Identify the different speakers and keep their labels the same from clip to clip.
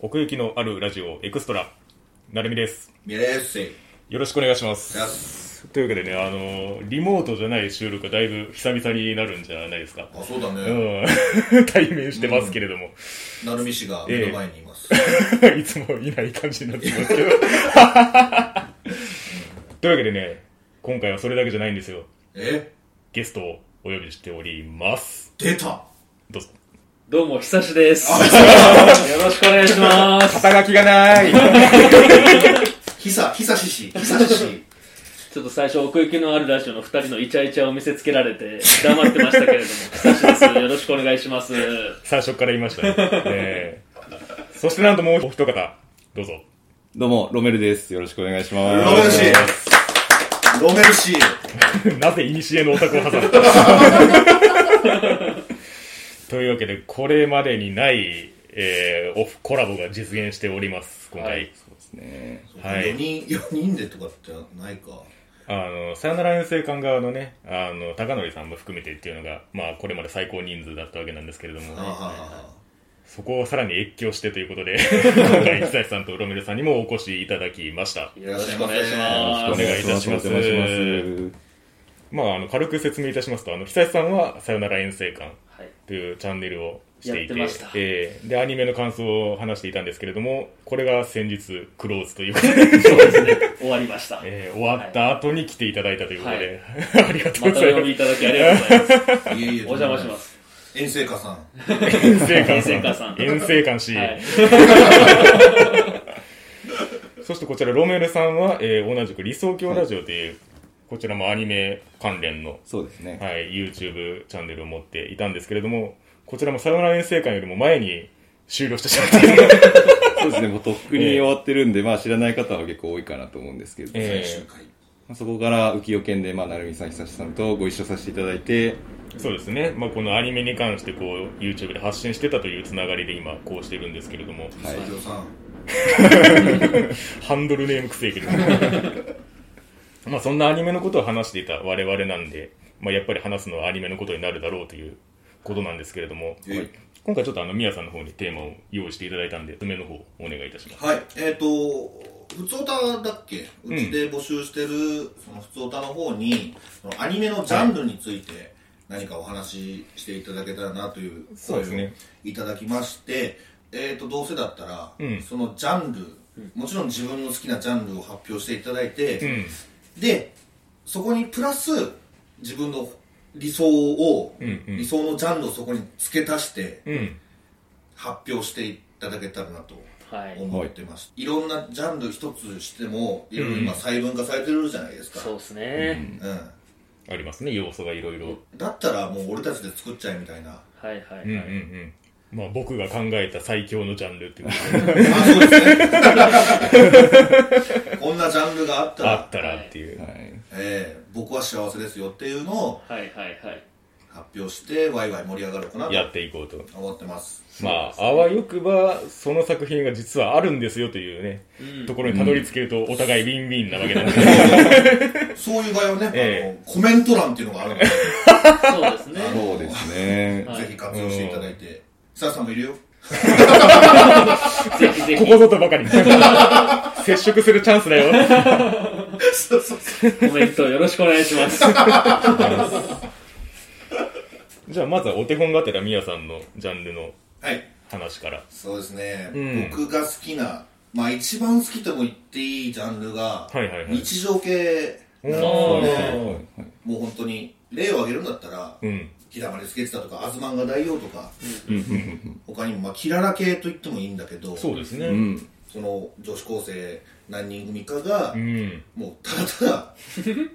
Speaker 1: 奥行きのあるラジオエクストラなるみです
Speaker 2: ミレッセイ
Speaker 1: よろしくお願いします
Speaker 2: やす
Speaker 1: というわけでねあのリモートじゃない収録がだいぶ久々になるんじゃないですか
Speaker 2: あそうだ
Speaker 1: う
Speaker 2: ね、
Speaker 1: ん 対面してますけれども、
Speaker 2: なるみ氏が目の前にいます、
Speaker 1: いつもいない感じになって ますけどというわけでね今回はそれだけじゃないんですよ
Speaker 2: え
Speaker 1: ゲストをお呼びしております
Speaker 2: 出た
Speaker 1: どうぞ
Speaker 3: どうも、久しです。 よろしくお願いします。
Speaker 1: 肩書きがない
Speaker 2: ひさひさししひさしし
Speaker 3: ちょっと最初、奥行きのあるラジオの二人のイチャイチャを見せつけられて、黙ってましたけれども、久しです。よろしくお願いします。
Speaker 1: 最初から言いま したねねえそしてなんともうお一方どうぞ
Speaker 4: どうも、ロメルです。よろしくお願いしま
Speaker 2: ロ
Speaker 4: す。
Speaker 2: メル氏ロメル 氏
Speaker 1: なぜ古のオタ クを挟むというわけで、これまでにない、えーオフコラボが実現しております、今回。
Speaker 3: はい
Speaker 4: ね
Speaker 1: はい
Speaker 2: 4人四人でとかってないか
Speaker 1: あの、さよなら遠征館側のね、あの、高則さんも含めてっていうのが、まあ、これまで最高人数だったわけなんですけれども
Speaker 2: あ、はは
Speaker 1: そこをさらに越境してということ で、今回、久石さんとロメルさんにもお越しいただきました。
Speaker 3: よろしくお願いし
Speaker 1: よろ
Speaker 3: ま
Speaker 1: しくお願いいたします
Speaker 4: お願いしま
Speaker 1: まあ、あの、軽く説明いたしますと、あの、久石さんはさよなら遠征館、
Speaker 3: す。はい。
Speaker 1: というチャンネルをしていて
Speaker 3: やってました
Speaker 1: えーでアニメの感想を話していたんですけれどもこれが先日クローズということ で、
Speaker 3: そうですね。終わりました。
Speaker 1: えー終わった後に来ていただいたということで、 ありがとう
Speaker 3: ま
Speaker 1: ご
Speaker 3: た
Speaker 1: ざい
Speaker 3: お
Speaker 1: ま
Speaker 3: 呼
Speaker 1: す
Speaker 3: びいただきありがとうございます。
Speaker 2: いえいえ
Speaker 3: お邪魔します。
Speaker 2: 遠征家さん
Speaker 1: 遠征官
Speaker 3: 遠征官 さん
Speaker 1: 遠征官し、
Speaker 3: はい。
Speaker 1: そしてこちらロメルさんは、えー同じく理想郷ラジオという、こちらもアニメ関連の、
Speaker 4: す。そうですね。
Speaker 1: はい、YouTube チャンネルを持っていたんですけれどもこちらもさよなら遠征館よりも前に終了してしまって
Speaker 4: そうですね。もうとっくに終わってるんで、まあ知らない方は結構多いかなと思うんですけど、
Speaker 1: え
Speaker 2: 最終回
Speaker 4: まあそこから浮世剣で、まあ、なるみさん、ひさしさんとご一緒させていただいて、
Speaker 1: そうですね、まあ、このアニメに関してこう YouTube で発信してたというつながりで今こうしてるんですけれども
Speaker 4: はい
Speaker 2: スタジオさん
Speaker 1: ハンドルネームくせえけ どまあそんなアニメのことを話していた我々なんで、まあ、やっぱり話すのはアニメのことになるだろうということなんですけれども
Speaker 2: え
Speaker 1: 今回ちょっとあの宮さんの方にテーマを用意していただいたんで爪の方お願いいたします
Speaker 2: はいえっ、と普通歌だっけうちで募集してる、その普通歌の方にそのアニメのジャンルについて何かお話ししていただけたらなという
Speaker 1: そう
Speaker 2: 声を
Speaker 1: ですね
Speaker 2: いただきまして、えっ、とどうせだったら、
Speaker 1: うん
Speaker 2: そのジャンルもちろん自分の好きなジャンルを発表していただいて、
Speaker 1: うん
Speaker 2: でそこにプラス自分の理想を、
Speaker 1: うんうん
Speaker 2: 理想のジャンルをそこに付け足して
Speaker 1: うん
Speaker 2: 発表していただけたらなと
Speaker 3: はい。
Speaker 2: 思ってます、い、ろんなジャンル一つしてもいろいろ今細分化されてるじゃないですか、
Speaker 3: そうですね。
Speaker 2: う
Speaker 1: ありますね要素がいろいろ
Speaker 2: ん、だったらもう俺たちで作っちゃえみたいなあ
Speaker 3: はいはいは
Speaker 1: うんうんう
Speaker 3: い。
Speaker 1: んまあ僕が考えた最強のジャンルっていうの
Speaker 2: そうですねこんなジャンルがあった
Speaker 1: が
Speaker 2: ら
Speaker 1: あったらっていう、
Speaker 4: はい。
Speaker 2: ええ僕は幸せですよっていうのを
Speaker 3: はいはいはい。発
Speaker 2: 発表してワイワイ盛り上がるかな
Speaker 1: やっていこうと
Speaker 2: と思ってます
Speaker 1: まあ、あわよくば、その作品が実はあるんですよというね、ところにたどり着けると、お互いウィンウィンなわけなんで、
Speaker 2: そういう場合はね、
Speaker 1: え
Speaker 2: あのコメント欄っていうのがあるので、
Speaker 3: そうですね。
Speaker 4: そうですね。
Speaker 3: はい
Speaker 2: ぜひ活用していただいて久田さんもいるよ
Speaker 3: ぜひぜ ひ
Speaker 1: こ。こぞとばかりに、接触するチャンスだよ。
Speaker 3: コメントよろしくお願いします。
Speaker 1: じゃあ、まずはお手本がてら、みやさんのジャンルの
Speaker 2: はい
Speaker 1: 話から。
Speaker 2: そうですね、
Speaker 1: うん
Speaker 2: 僕が好きな、まあ、一番好きとも言っていいジャンルが、
Speaker 1: はいはいはい
Speaker 2: 日常系なんです
Speaker 1: おー
Speaker 2: よね、
Speaker 4: はい
Speaker 2: もう本当に、例を挙げるんだったら、
Speaker 1: うん。
Speaker 2: ひだまりスケッチだとか、アズマンガ大王とか、他にも、まあ、キララ系と言ってもいいんだけど、
Speaker 1: そうですね。
Speaker 4: う
Speaker 1: うん。
Speaker 4: ん。
Speaker 2: その女子高生何人組かが、もうただ ただ、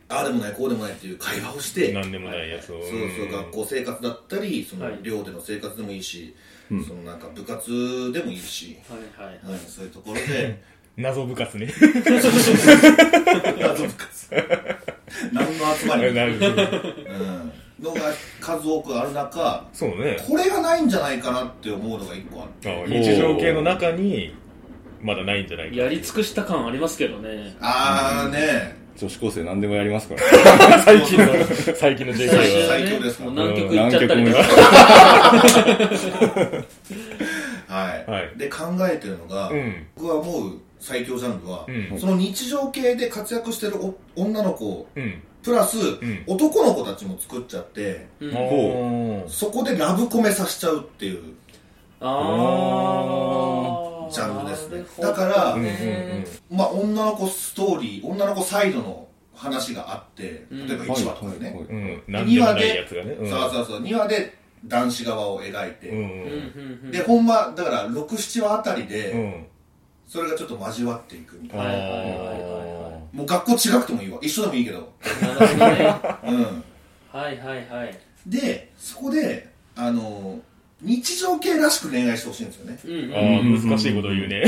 Speaker 2: ああでもない、こうでもないっていう会話をして、
Speaker 1: なんでもないやつを。
Speaker 2: そうそう学校生活だったりそ
Speaker 3: は
Speaker 2: の
Speaker 3: い
Speaker 2: 寮での生活でもいいし、そのなんか部活でもいいし、
Speaker 3: はいはい。
Speaker 2: はい、そういうところ で
Speaker 1: 謎部活ね。
Speaker 2: 謎部活 何の集まりも、
Speaker 1: なる
Speaker 2: うん、のが数多くある中
Speaker 1: そうね。
Speaker 2: これがないんじゃないかなって思うのが一個ある
Speaker 1: あ日常系の中に、まだないんじゃないか。
Speaker 3: やり尽くした感ありますけどね。
Speaker 2: あーね
Speaker 4: 女子高生何でもやりますから。
Speaker 1: 最近の、最近の JK
Speaker 3: 最終
Speaker 1: は。
Speaker 3: ね
Speaker 2: 最強ですか
Speaker 3: も
Speaker 2: ら
Speaker 3: う南極行っちゃったりと
Speaker 4: 南
Speaker 3: か。
Speaker 2: はい、
Speaker 1: はい
Speaker 2: で考えてるのが、
Speaker 1: うん
Speaker 2: 僕は思う最強ジャンルは、
Speaker 1: うん
Speaker 2: その日常系で活躍してるお女の子
Speaker 1: うん。
Speaker 2: プラス、
Speaker 1: ん
Speaker 2: 男の子たちも作っちゃって
Speaker 3: うん
Speaker 1: あ
Speaker 3: あ
Speaker 1: ー
Speaker 2: そこでラブコメさせちゃうっていう
Speaker 3: あ
Speaker 2: ジャンルですね
Speaker 3: なるほど
Speaker 2: だから
Speaker 1: うんうん
Speaker 2: まあ女の子ストーリー女の子サイドの話があって
Speaker 3: うん
Speaker 2: 例えば1話とかでね、
Speaker 4: はいはい
Speaker 1: うん。うん。
Speaker 2: で
Speaker 1: 何でもないやつがね。うん
Speaker 2: そうそうそう2話で男子側を描いて、
Speaker 1: うん
Speaker 3: うんうんうん
Speaker 2: でほんまだから67話あたり
Speaker 1: う
Speaker 2: で
Speaker 1: ん。
Speaker 2: それがちょっと交わっていくみたい
Speaker 1: あ
Speaker 2: な、
Speaker 3: はいはいはいは
Speaker 2: もう学校違くてもいいわ一緒でもいい けど
Speaker 3: なるほど
Speaker 2: う
Speaker 3: ね
Speaker 2: ん
Speaker 3: はいはいはい
Speaker 2: でそこであの日常系らしく恋愛してほしいんですよね
Speaker 3: うんうん
Speaker 1: あー難しいこと言うね。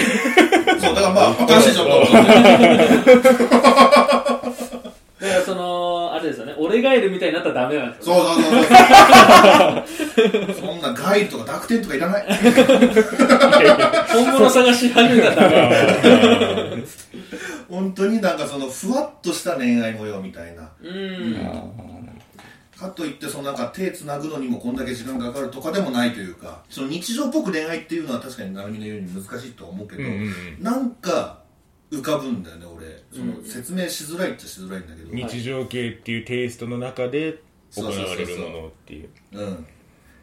Speaker 2: そうだからまあ新しいちょっと
Speaker 3: だからそのあれですよね俺がいるみたいになったらダメなんですよ
Speaker 2: そうそう そうそうそんなガイルとか濁点とかいらない
Speaker 3: 本物探し始めたら ダメなんですよ
Speaker 2: 本当になんかそのふわっとした恋愛模様みたいな
Speaker 3: うん
Speaker 4: あ
Speaker 2: かといってそのなんか手つなぐのにもこんだけ時間かかるとかでもないというかその日常っぽく恋愛っていうのは確かに成美の言うように難しいとは思うけど、
Speaker 1: うんうん
Speaker 2: なんか浮かぶんだよね俺その説明しづらいっちゃしづらいんだけど、
Speaker 1: うん 日常系っていうテイストの中で行われるものっていう。
Speaker 2: うん、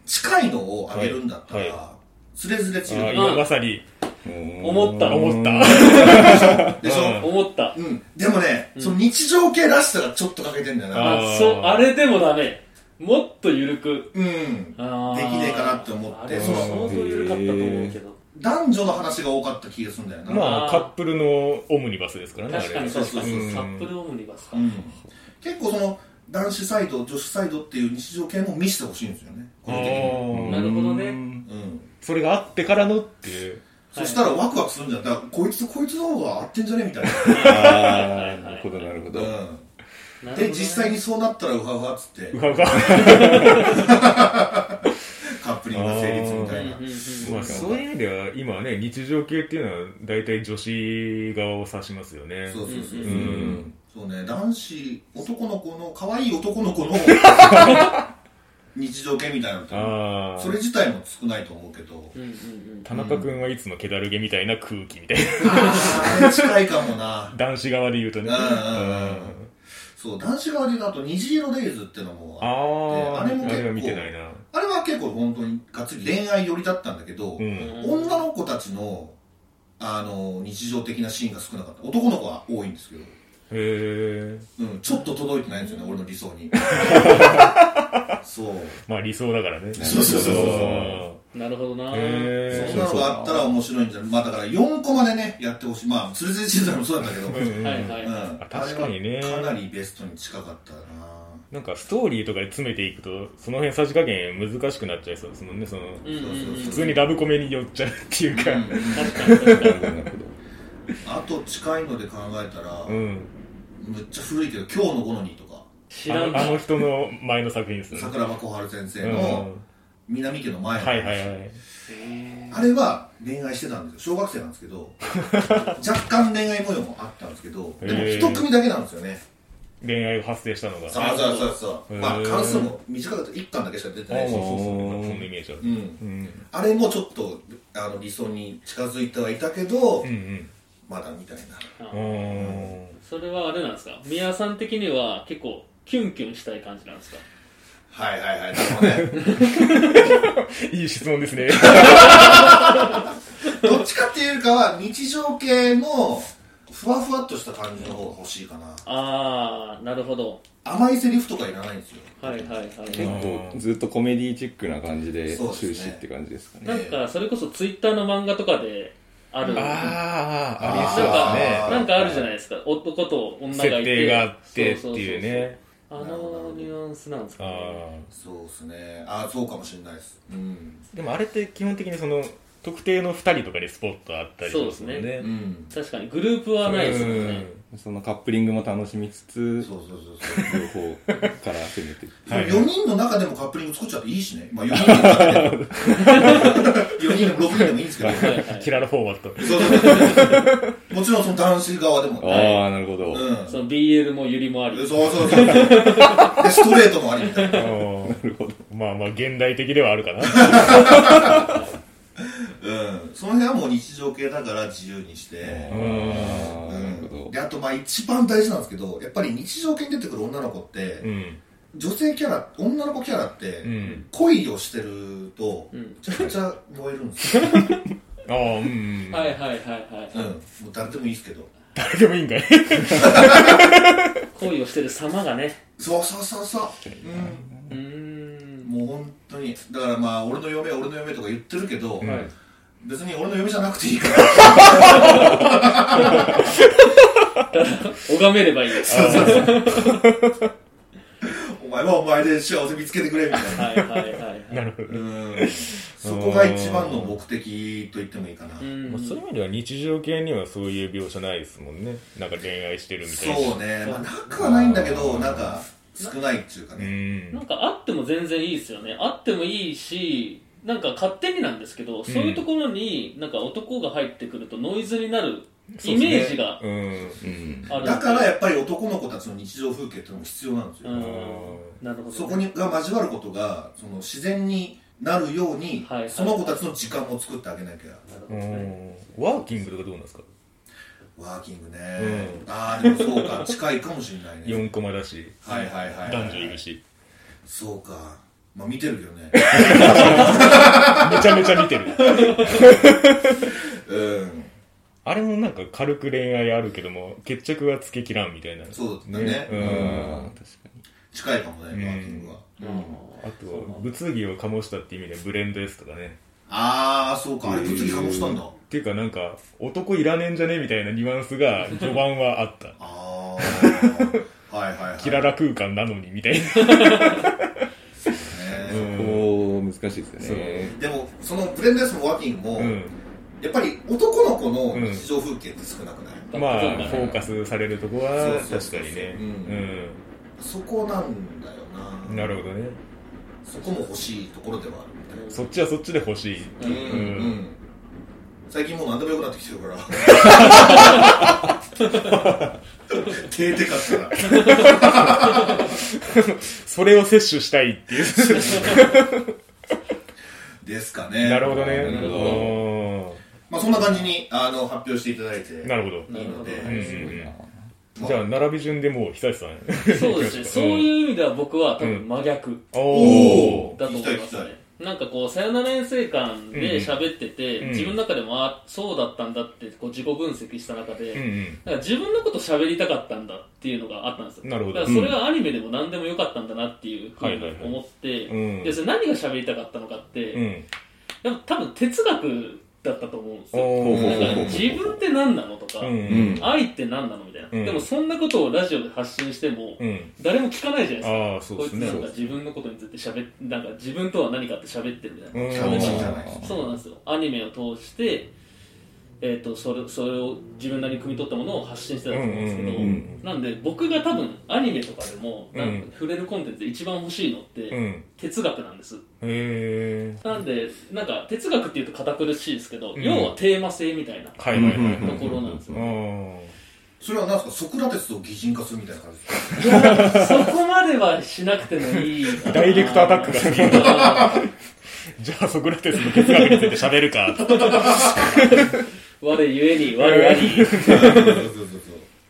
Speaker 2: 近いのをあげるんだったら、
Speaker 1: はい
Speaker 2: つれづれち
Speaker 1: ああ、
Speaker 2: る
Speaker 1: 今まさに
Speaker 4: ー
Speaker 3: 思った
Speaker 1: 思った。
Speaker 2: でしょ、
Speaker 3: 思った
Speaker 2: うんでもね、その日常系らしさがちょっと欠けてんだよな
Speaker 1: あ
Speaker 3: あ
Speaker 1: ー
Speaker 3: そうあれでもダメもっと緩く
Speaker 2: うん
Speaker 3: あー
Speaker 2: できねえかなって思って
Speaker 3: あれは
Speaker 2: その
Speaker 3: 相当緩かったと思うけど
Speaker 2: 男女の話が多かった気がするんだよな、
Speaker 1: ま
Speaker 3: あ
Speaker 1: あ、
Speaker 3: ー
Speaker 1: カップルのオムニバスですからね、あれ
Speaker 3: 確かに
Speaker 2: そう
Speaker 3: 確
Speaker 2: そ
Speaker 3: か
Speaker 2: う
Speaker 3: に
Speaker 2: そう
Speaker 3: サップルオムニバスか
Speaker 2: うん、結構その男子サイド女子サイドっていう日常系も見せてほしいんですよね個人的に
Speaker 1: あー
Speaker 3: なるほどね
Speaker 1: うん
Speaker 2: うん
Speaker 1: それがあってからのっていう。
Speaker 2: そしたらワクワクするんじゃんだからこいつとこいつの方が合ってんじゃねみたいな、
Speaker 4: あーなるほどなるほど
Speaker 3: な
Speaker 2: うん、
Speaker 3: るほど
Speaker 2: で
Speaker 3: ね
Speaker 2: 実際にそうなったらウハウハっつって
Speaker 1: うわうわ
Speaker 2: カップリングが成立みたいな
Speaker 3: うんうんうん
Speaker 1: まあ、そういう意味では今ね日常系っていうのは大体女子側を指しますよね
Speaker 2: そうそうそう、
Speaker 3: うん
Speaker 1: うん
Speaker 2: そうね男子男の子の可愛い男の子 の日常系みたいなのって
Speaker 1: ああ
Speaker 2: それ自体も少ないと思うけ ど
Speaker 3: うんうんうん
Speaker 1: 田中君はいつも気だるげみたいな 空気みたい
Speaker 2: あれ近いかもな
Speaker 1: な男子側で言うとね
Speaker 2: うんうんうんそう男子側で言うとあと虹色レイズってのもあ
Speaker 1: ああ
Speaker 2: あれも結構
Speaker 1: は見てないな
Speaker 2: あれは結構本当にがっつり恋愛寄りだったんだけど、
Speaker 1: うん
Speaker 2: 女の子たちのあの日常的なシーンが少なかった男の子は多いんですけど、
Speaker 1: へえ
Speaker 2: うん、ちょっと届いてないんですよね、俺の理想 にそう
Speaker 1: まあ理想だからね
Speaker 2: そうそうそうそう
Speaker 1: あ
Speaker 3: なるほどな
Speaker 1: ーへ
Speaker 2: そん
Speaker 1: え
Speaker 2: なのがあったら面白いんじゃないまあだから4コマでねやってほしいまあ鶴鶴静太もそうなんだけど、うん
Speaker 3: はいはいはい
Speaker 2: あれは
Speaker 1: 確かにね
Speaker 2: かなりベストに近かったな
Speaker 1: なんかストーリーとかで詰めていくとその辺さじ加減難しくなっちゃいそうですもんねその
Speaker 3: うんうんうん
Speaker 1: 普通にラブコメに寄っちゃうっていうか
Speaker 2: うん
Speaker 3: 確かに確か
Speaker 4: なるほどなるほど
Speaker 2: あと近いので考えたら、
Speaker 1: うん
Speaker 2: むっちゃ古いけど「今日の午後に」とか
Speaker 3: に知
Speaker 1: あ
Speaker 3: らん
Speaker 1: のあの人の前の作品ですね
Speaker 2: 桜庭小春先生
Speaker 1: うん
Speaker 2: の南家の前の話
Speaker 1: はいはいはい
Speaker 3: へ
Speaker 2: あれは恋愛してたんですよ小学生なんです けど若干恋愛模様もあったんですけどでも
Speaker 1: へー
Speaker 2: 一組だけなんですよね
Speaker 1: 恋愛が発生したのが
Speaker 2: そう
Speaker 1: あ
Speaker 2: そうそうそう
Speaker 1: へー
Speaker 2: まあ関数も短かった1巻だけしか出て
Speaker 1: ま
Speaker 2: な
Speaker 1: あ
Speaker 2: いし
Speaker 1: そうそうそうそんなイメージある
Speaker 2: う、ん
Speaker 1: うん、
Speaker 2: あれもちょっとあの理想に近づいてはいたけど、
Speaker 1: うんうん
Speaker 2: まだみたいな
Speaker 1: う
Speaker 3: ー
Speaker 1: ん
Speaker 3: それはあれなんですか宮さん的には結構キュンキュンしたい感じなんですか
Speaker 2: はいはいはいな るほどね
Speaker 1: いい質問ですね
Speaker 2: どっちかっていうかは日常系のふわふわっとした感じの方が欲しいかな
Speaker 3: ああなるほど
Speaker 2: 甘いセリフとかいらないんですよ
Speaker 3: はいはいはい
Speaker 4: 結構ずっとコメディチックな感じで
Speaker 2: そうですね
Speaker 4: 終始って感じですかね
Speaker 3: なんかそれこそツイッターの漫画とかであるなんか
Speaker 1: あ
Speaker 2: ー
Speaker 1: あ
Speaker 2: あー
Speaker 3: なんかあるじゃないですか男と女が
Speaker 1: 設
Speaker 3: いて
Speaker 1: 定があってっていうね
Speaker 3: そうそうそうそうあのニュアンスなんですか
Speaker 1: あ
Speaker 3: ね
Speaker 2: そうですねああそうかもしれないですうん
Speaker 1: ーでもあれって基本的にその特定の2人とかにスポットあったりしますもんね
Speaker 3: そうで
Speaker 2: うん
Speaker 3: 確かにグループはないですもんね
Speaker 4: そのカップリングも楽しみつつ
Speaker 2: そうそうそうそう
Speaker 4: 両方から攻 めていく
Speaker 1: はい
Speaker 2: 4人の中でもカップリング作っちゃっていいしね。まあ4人の中で も。4人でも6人でもいいんですけど。
Speaker 3: はいは
Speaker 1: キ
Speaker 3: い
Speaker 1: ララフォーマット
Speaker 2: そうそうそうもちろんその男子側でも
Speaker 4: ああ
Speaker 2: ね。
Speaker 4: ーなるほど、
Speaker 2: うん。
Speaker 3: そ
Speaker 2: そう
Speaker 3: の BL もユリもあり
Speaker 2: そうそう。で、ストレートもありみたいな。
Speaker 1: あー
Speaker 4: なるほど
Speaker 1: まあまあ現代的ではあるかな
Speaker 2: うん。その辺はもう日常系だから自由にして、
Speaker 4: あ
Speaker 2: う
Speaker 4: ーなる
Speaker 2: ん
Speaker 4: ほ
Speaker 2: であとまあ一番大事なんですけどやっぱり日常系に出てくる女の子って、
Speaker 1: うん。
Speaker 2: 女性キャラ女の子キャラって、
Speaker 1: うん。
Speaker 2: 恋をしてると、
Speaker 3: うん
Speaker 2: めちゃくちゃ燃えるん ですよ、
Speaker 1: ああ、うん。
Speaker 3: はいはいはいはい、
Speaker 2: うん、もう誰でもいいですけど
Speaker 1: 誰でもいいんかい。
Speaker 3: 恋をしてる様がね
Speaker 2: そうそうそうそう、
Speaker 3: うーん
Speaker 2: もう本当にだからまあ俺の嫁俺の嫁とか言ってるけど、
Speaker 1: ん
Speaker 3: はい
Speaker 2: 別に俺の嫁じゃなくていいから
Speaker 3: 拝めればいいですは
Speaker 2: お前はお前で幸せ見つけてくれみたい
Speaker 3: い
Speaker 2: な
Speaker 3: はいはいはい
Speaker 1: なるほど。
Speaker 2: うんそこが一番の目的と言ってもいいかな
Speaker 3: うー ん
Speaker 1: まあ、そういう意味では日常系にはそういう描写ないですもんね。なんか恋愛してるみたいな。
Speaker 2: そうね、まあ、なくはないんだけどなんか少ないっていうか
Speaker 1: う
Speaker 2: ね、
Speaker 1: ん
Speaker 3: な。んかあっても全然いいですよねあってもいいしなんか勝手になんですけど、そういうところになんか男が入ってくるとノイズになるイメージが
Speaker 1: うん。
Speaker 4: ど。うん。
Speaker 3: ある
Speaker 2: だからやっぱり男の子たちの日常風景っていうのも必要なんですよ、
Speaker 3: うんなるほどね、
Speaker 2: そこにが交わることがその自然になるように、
Speaker 3: はいはい
Speaker 2: その子たちの時間も作ってあげなきゃ
Speaker 3: なるほ
Speaker 1: う
Speaker 3: どね
Speaker 1: ん。ワーキングとかどうなんですか
Speaker 2: ワーキングね、ああでもそうか 近いかもしれないね
Speaker 1: ?4 コマだし、
Speaker 2: はいはいはい、はい、
Speaker 1: 男女いるし。
Speaker 2: そうかまあ見てるけど ね
Speaker 1: めちゃめちゃ見てる。
Speaker 2: うん
Speaker 1: あれもなんか軽く恋愛あるけども、決着はつけきらんみたいな。
Speaker 2: そうだね
Speaker 1: う
Speaker 4: うん
Speaker 1: ん。
Speaker 4: 確かに。
Speaker 2: 近いかもねワーキングは、
Speaker 3: うん
Speaker 1: あとは、物議を醸したって意味でブレンド S とかね。
Speaker 2: ああそうかあれ物理化もしたんだ
Speaker 1: っていうかなんか、男いらねえんじゃねえみたいなニュアンスが序盤はあった。
Speaker 2: ああはい はいはい
Speaker 1: キララ空間なのにみたいな。
Speaker 2: ね
Speaker 4: こう、難しいですよね。
Speaker 2: でもそのブレンドレスもワーキングも、
Speaker 1: うん。
Speaker 2: やっぱり男の子の日常風景って少なくない、
Speaker 1: まあ
Speaker 3: そうだね、
Speaker 1: フォーカスされるとこは確かにね。
Speaker 2: う
Speaker 1: うんん。
Speaker 2: そこなんだよな
Speaker 1: なるほどね。
Speaker 2: そこも欲しいところではあるみたいな
Speaker 1: そっちはそっちで欲しい。
Speaker 3: うん
Speaker 2: うんうん最近もう何でもよくなってきてるから 手でかったら
Speaker 1: それを摂取したいっていう。
Speaker 2: ですか ね
Speaker 1: なるほどね。
Speaker 4: なるほ
Speaker 2: まあそんな感じにあの発表していただいて
Speaker 1: うんなるほど。
Speaker 2: いいので、
Speaker 3: なるほど
Speaker 1: うん
Speaker 4: すごいな。
Speaker 1: じゃあ、並び順でもう、久石さん。
Speaker 3: そうですねそういう意味では僕は多分真逆、
Speaker 1: おー。
Speaker 3: だ
Speaker 2: 聞
Speaker 3: と思います
Speaker 2: きたい聞き
Speaker 3: ねなんかこうさよなら遠征間で喋ってて、
Speaker 1: うん
Speaker 3: 自分の中でもあそうだったんだってこう自己分析した中で、
Speaker 1: うんうん。
Speaker 3: なんか自分のこと喋りたかったんだっていうのがあったんですよ
Speaker 1: なるほど
Speaker 3: だからそれはアニメでも何でもよかったんだなっていうふうに思って、
Speaker 1: はいはいはいうん
Speaker 3: でそれ何が喋りたかったのかって、
Speaker 1: うん。
Speaker 3: やっぱ多分哲学だったと思うんですよ
Speaker 1: お
Speaker 4: ー
Speaker 3: なんか自分って何なのとか、
Speaker 1: うん
Speaker 4: うん。
Speaker 3: 愛って何なのみたいな、
Speaker 1: うん
Speaker 3: でもそんなことをラジオで発信しても、
Speaker 1: うん。
Speaker 3: 誰も聞かないじゃないです
Speaker 1: ああ、そう
Speaker 3: かこ
Speaker 1: で
Speaker 3: いつ
Speaker 1: すね
Speaker 3: な。んか自分のことについて喋っなんか自分とは何かって喋ってるみたいな、
Speaker 1: うん
Speaker 2: 喋りじゃないです
Speaker 3: そうなんですよアニメを通して、えー、とそれそれを自分なりに汲み取ったものを発信してたと思うんですけど、
Speaker 1: うんうんうん
Speaker 3: なんで僕が多分アニメとかでも
Speaker 1: うん
Speaker 3: なんか触れるコンテンツで一番欲しいのって、
Speaker 1: うん。
Speaker 3: 哲学なんです
Speaker 1: へえ。
Speaker 3: なんでなんか哲学っていうと堅苦しいですけど、
Speaker 1: うん
Speaker 3: 要はテーマ性みたい な
Speaker 1: はいはいはい
Speaker 3: ところなんですよ、
Speaker 1: はい。
Speaker 2: それは何ですかソクラテスを擬人化するみたいな感じですか
Speaker 3: いやそこまではしなくてもいいかな
Speaker 1: ダイレクトアタックが好じゃあ、ソクラテスの哲学について喋るか。
Speaker 3: 我ゆえに我あり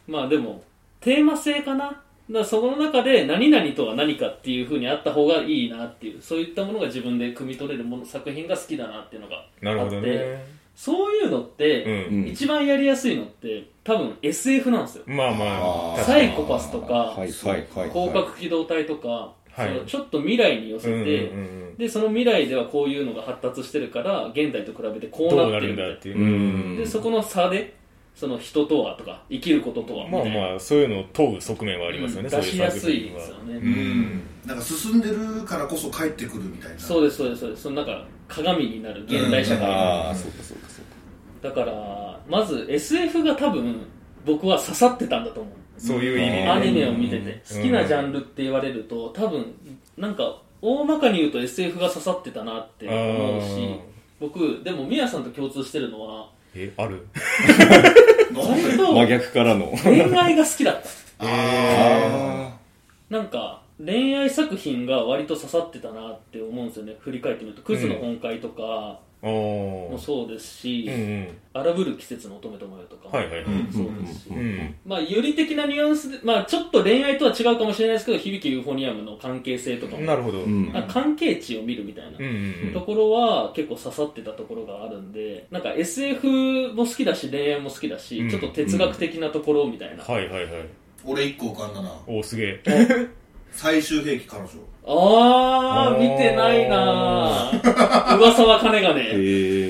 Speaker 3: まあでも、テーマ性かな。だからそこの中で何々とは何かっていう風にあった方がいいなっていう、そういったものが自分で汲み取れるもの、作品が好きだなっていうのがあって、
Speaker 1: なるほどね。
Speaker 3: そういうの
Speaker 1: う
Speaker 3: って、
Speaker 1: ん。
Speaker 3: 一番やりやすいのって、多分 SF なんですよ。
Speaker 1: まあまあ。
Speaker 3: サイコパスとか
Speaker 4: はいはいはい。
Speaker 3: 広角機動隊とか、
Speaker 1: はい
Speaker 3: そのちょっと未来に寄せ
Speaker 1: う
Speaker 3: て、
Speaker 1: んうんうん
Speaker 3: で、その未来ではこういうのが発達してるから、現代と比べてこう
Speaker 1: どう
Speaker 3: な
Speaker 1: な
Speaker 3: って
Speaker 1: る
Speaker 3: るみ
Speaker 1: ん
Speaker 3: たい
Speaker 1: だ
Speaker 3: な
Speaker 1: って
Speaker 4: う
Speaker 1: いう。
Speaker 4: ん。
Speaker 3: で、そこの差で、その人とはとか、生きることとはみた
Speaker 1: まあ
Speaker 3: いな。
Speaker 1: まあ、そういうのを問う側面はありますよね、
Speaker 3: うん出しやすいですよね。
Speaker 1: うん
Speaker 2: うんなんか進んでるからこそ帰ってくるみたいな
Speaker 3: そうですそうですそうですそのなんか鏡になる現代社会、
Speaker 4: ああ、そうかそうかそうか。
Speaker 3: だからまず SF が多分僕は刺さってたんだと思う、
Speaker 1: そういう意味でね。
Speaker 3: アニメを見てて
Speaker 1: うん
Speaker 3: 好きなジャンルって言われると多分なんか大まかに言うと SF が刺さってたなって思うし
Speaker 1: あー
Speaker 3: 僕でもミヤさんと共通してるのは
Speaker 1: え、ある
Speaker 2: なんで
Speaker 3: 本
Speaker 4: 真
Speaker 3: 当
Speaker 4: 逆からの。
Speaker 3: 恋愛が好きだった
Speaker 2: あ
Speaker 4: あ
Speaker 3: なんか恋愛作品が割と刺さってたなって思うんですよね振り返ってみると「クズの本会」とか
Speaker 1: お
Speaker 3: も
Speaker 1: お
Speaker 3: そうですし
Speaker 1: うんうん
Speaker 3: 「荒ぶる季節の乙女ともよ」とか
Speaker 1: はいはいはい
Speaker 3: もそうですし、
Speaker 1: うんうん
Speaker 3: まあ、より的なニュアンスで、まあ、ちょっと恋愛とは違うかもしれないですけど響きユーフォニアムの関係性とかも
Speaker 1: なるほど
Speaker 4: う
Speaker 1: うんん
Speaker 3: あ関係値を見るみたいな、
Speaker 1: うんうん
Speaker 3: ところは結構刺さってたところがあるんでなんか SF も好きだし恋愛も好きだし、
Speaker 1: うん
Speaker 3: ちょっと哲学的なところみたいな、あ
Speaker 1: はいはいはい
Speaker 2: 俺一個浮かんだな
Speaker 1: おおすげえ
Speaker 2: 最終兵器彼女
Speaker 3: あー見てないなー 噂は金がね、
Speaker 4: へ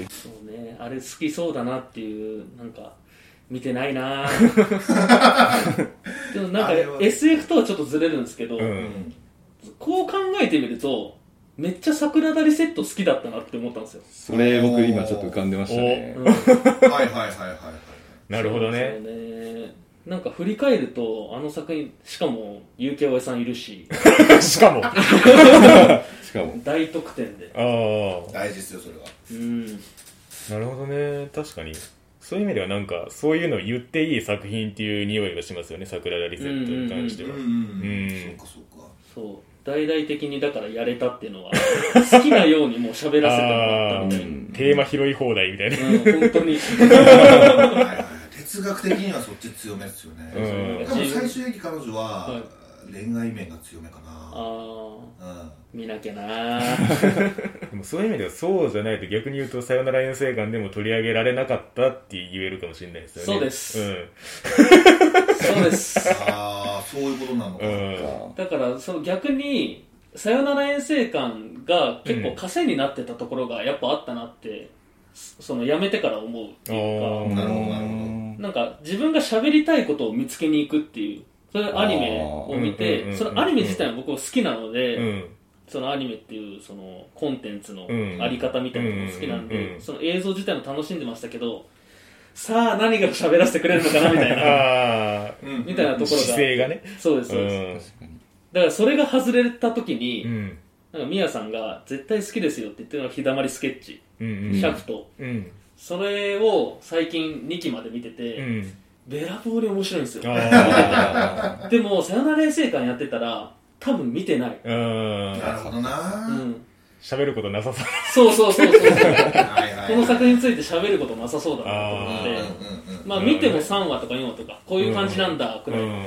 Speaker 4: え
Speaker 3: そうねあれ好きそうだなっていうなんか見てないなー でもなん
Speaker 2: あ
Speaker 3: か
Speaker 2: れは
Speaker 3: SF とはちょっとずれるんですけど、
Speaker 1: うん
Speaker 2: うん
Speaker 3: こう考えてみるとめっちゃ桜だりセット好きだったなって思ったんで すよ、
Speaker 4: それ僕今ちょっと浮かんでましたね
Speaker 3: うん
Speaker 2: はいはいはいはいはい
Speaker 1: なるほどね
Speaker 3: そうねなんか振り返るとあの作品しかも UKY さんいるし
Speaker 1: しかもあ
Speaker 4: しかも
Speaker 3: 大得点で
Speaker 1: あー
Speaker 2: 大事ですよそれは
Speaker 3: うん
Speaker 1: なるほどね確かにそういう意味ではなんかそういうのを言っていい作品っていう匂いがしますよね桜田リセットに関して
Speaker 2: うん
Speaker 1: は
Speaker 2: うん
Speaker 1: う
Speaker 2: うん
Speaker 1: ん
Speaker 2: そうかそうか
Speaker 3: そう大々的にだからやれたっていうのは好きなようにもう喋らせた
Speaker 1: あ
Speaker 3: の
Speaker 1: あ
Speaker 3: った
Speaker 1: ーテーマ拾い放題みたいな
Speaker 3: みたいなうん本当 に
Speaker 2: はいはいはい哲学的にはそっち強めですよね、
Speaker 1: うん
Speaker 2: 多分最終兵器彼女は、
Speaker 3: はい
Speaker 2: 恋愛面が強めか
Speaker 3: あ
Speaker 2: な
Speaker 3: あ
Speaker 2: うん
Speaker 3: 見なきゃな
Speaker 1: でもそういう意味ではそうじゃないと逆に言うと「さよなら遠征艦」でも取り上げられなかったって言えるかもしれないですよね
Speaker 3: そうです
Speaker 1: うん
Speaker 3: そうです
Speaker 2: ああそういうことなのか、
Speaker 1: うん
Speaker 3: だからその逆にさよなら遠征感が結構枷になってたところがやっぱあったなって、その辞めてから思うっていうか
Speaker 1: あー
Speaker 2: なるほどなるほ
Speaker 3: なんか自分が喋りたいことを見つけに行くっていう、それアニメを見
Speaker 1: あーうんうんうんう
Speaker 3: て、
Speaker 1: ん
Speaker 3: そのアニメ自体は僕好きなので、
Speaker 1: うん
Speaker 3: そのアニメっていうそのコンテンツの
Speaker 1: うん
Speaker 3: あり方みたいなのも好きなんで、
Speaker 1: うんうんうん
Speaker 3: その映像自体も楽しんでましたけど、さあ何が喋らせてくれるのかなみた いな、
Speaker 1: ああ
Speaker 2: うん
Speaker 3: みたいなところが。
Speaker 1: 姿勢がね
Speaker 3: そうです、そうです。
Speaker 1: ん
Speaker 4: 確かに
Speaker 3: だからそれが外れた時
Speaker 1: う
Speaker 3: に、
Speaker 1: ん
Speaker 3: なんかミヤさんが絶対好きですよって言ってるのが日だまりスケッチ、
Speaker 1: うん
Speaker 3: シャフト。
Speaker 1: うん
Speaker 3: それを最近2期まで見てて、
Speaker 1: うん
Speaker 3: べらぼうに面白いんですよ。
Speaker 1: あ
Speaker 3: でも、さよなら衛生館やってたら、多分見てない。
Speaker 1: あうん
Speaker 2: なるほどな、
Speaker 3: う
Speaker 2: うん、
Speaker 3: ん。
Speaker 1: 喋ることなさそう
Speaker 3: そうそうそ うそ
Speaker 2: は
Speaker 3: う。
Speaker 2: いはいはい
Speaker 3: この作品について喋ることなさそうだなと思っ
Speaker 1: あ
Speaker 3: て
Speaker 1: ー。
Speaker 2: うんうんうん
Speaker 3: まあ、見ても3話とか4話とか、こういう感じなんだ、くらいの
Speaker 1: ん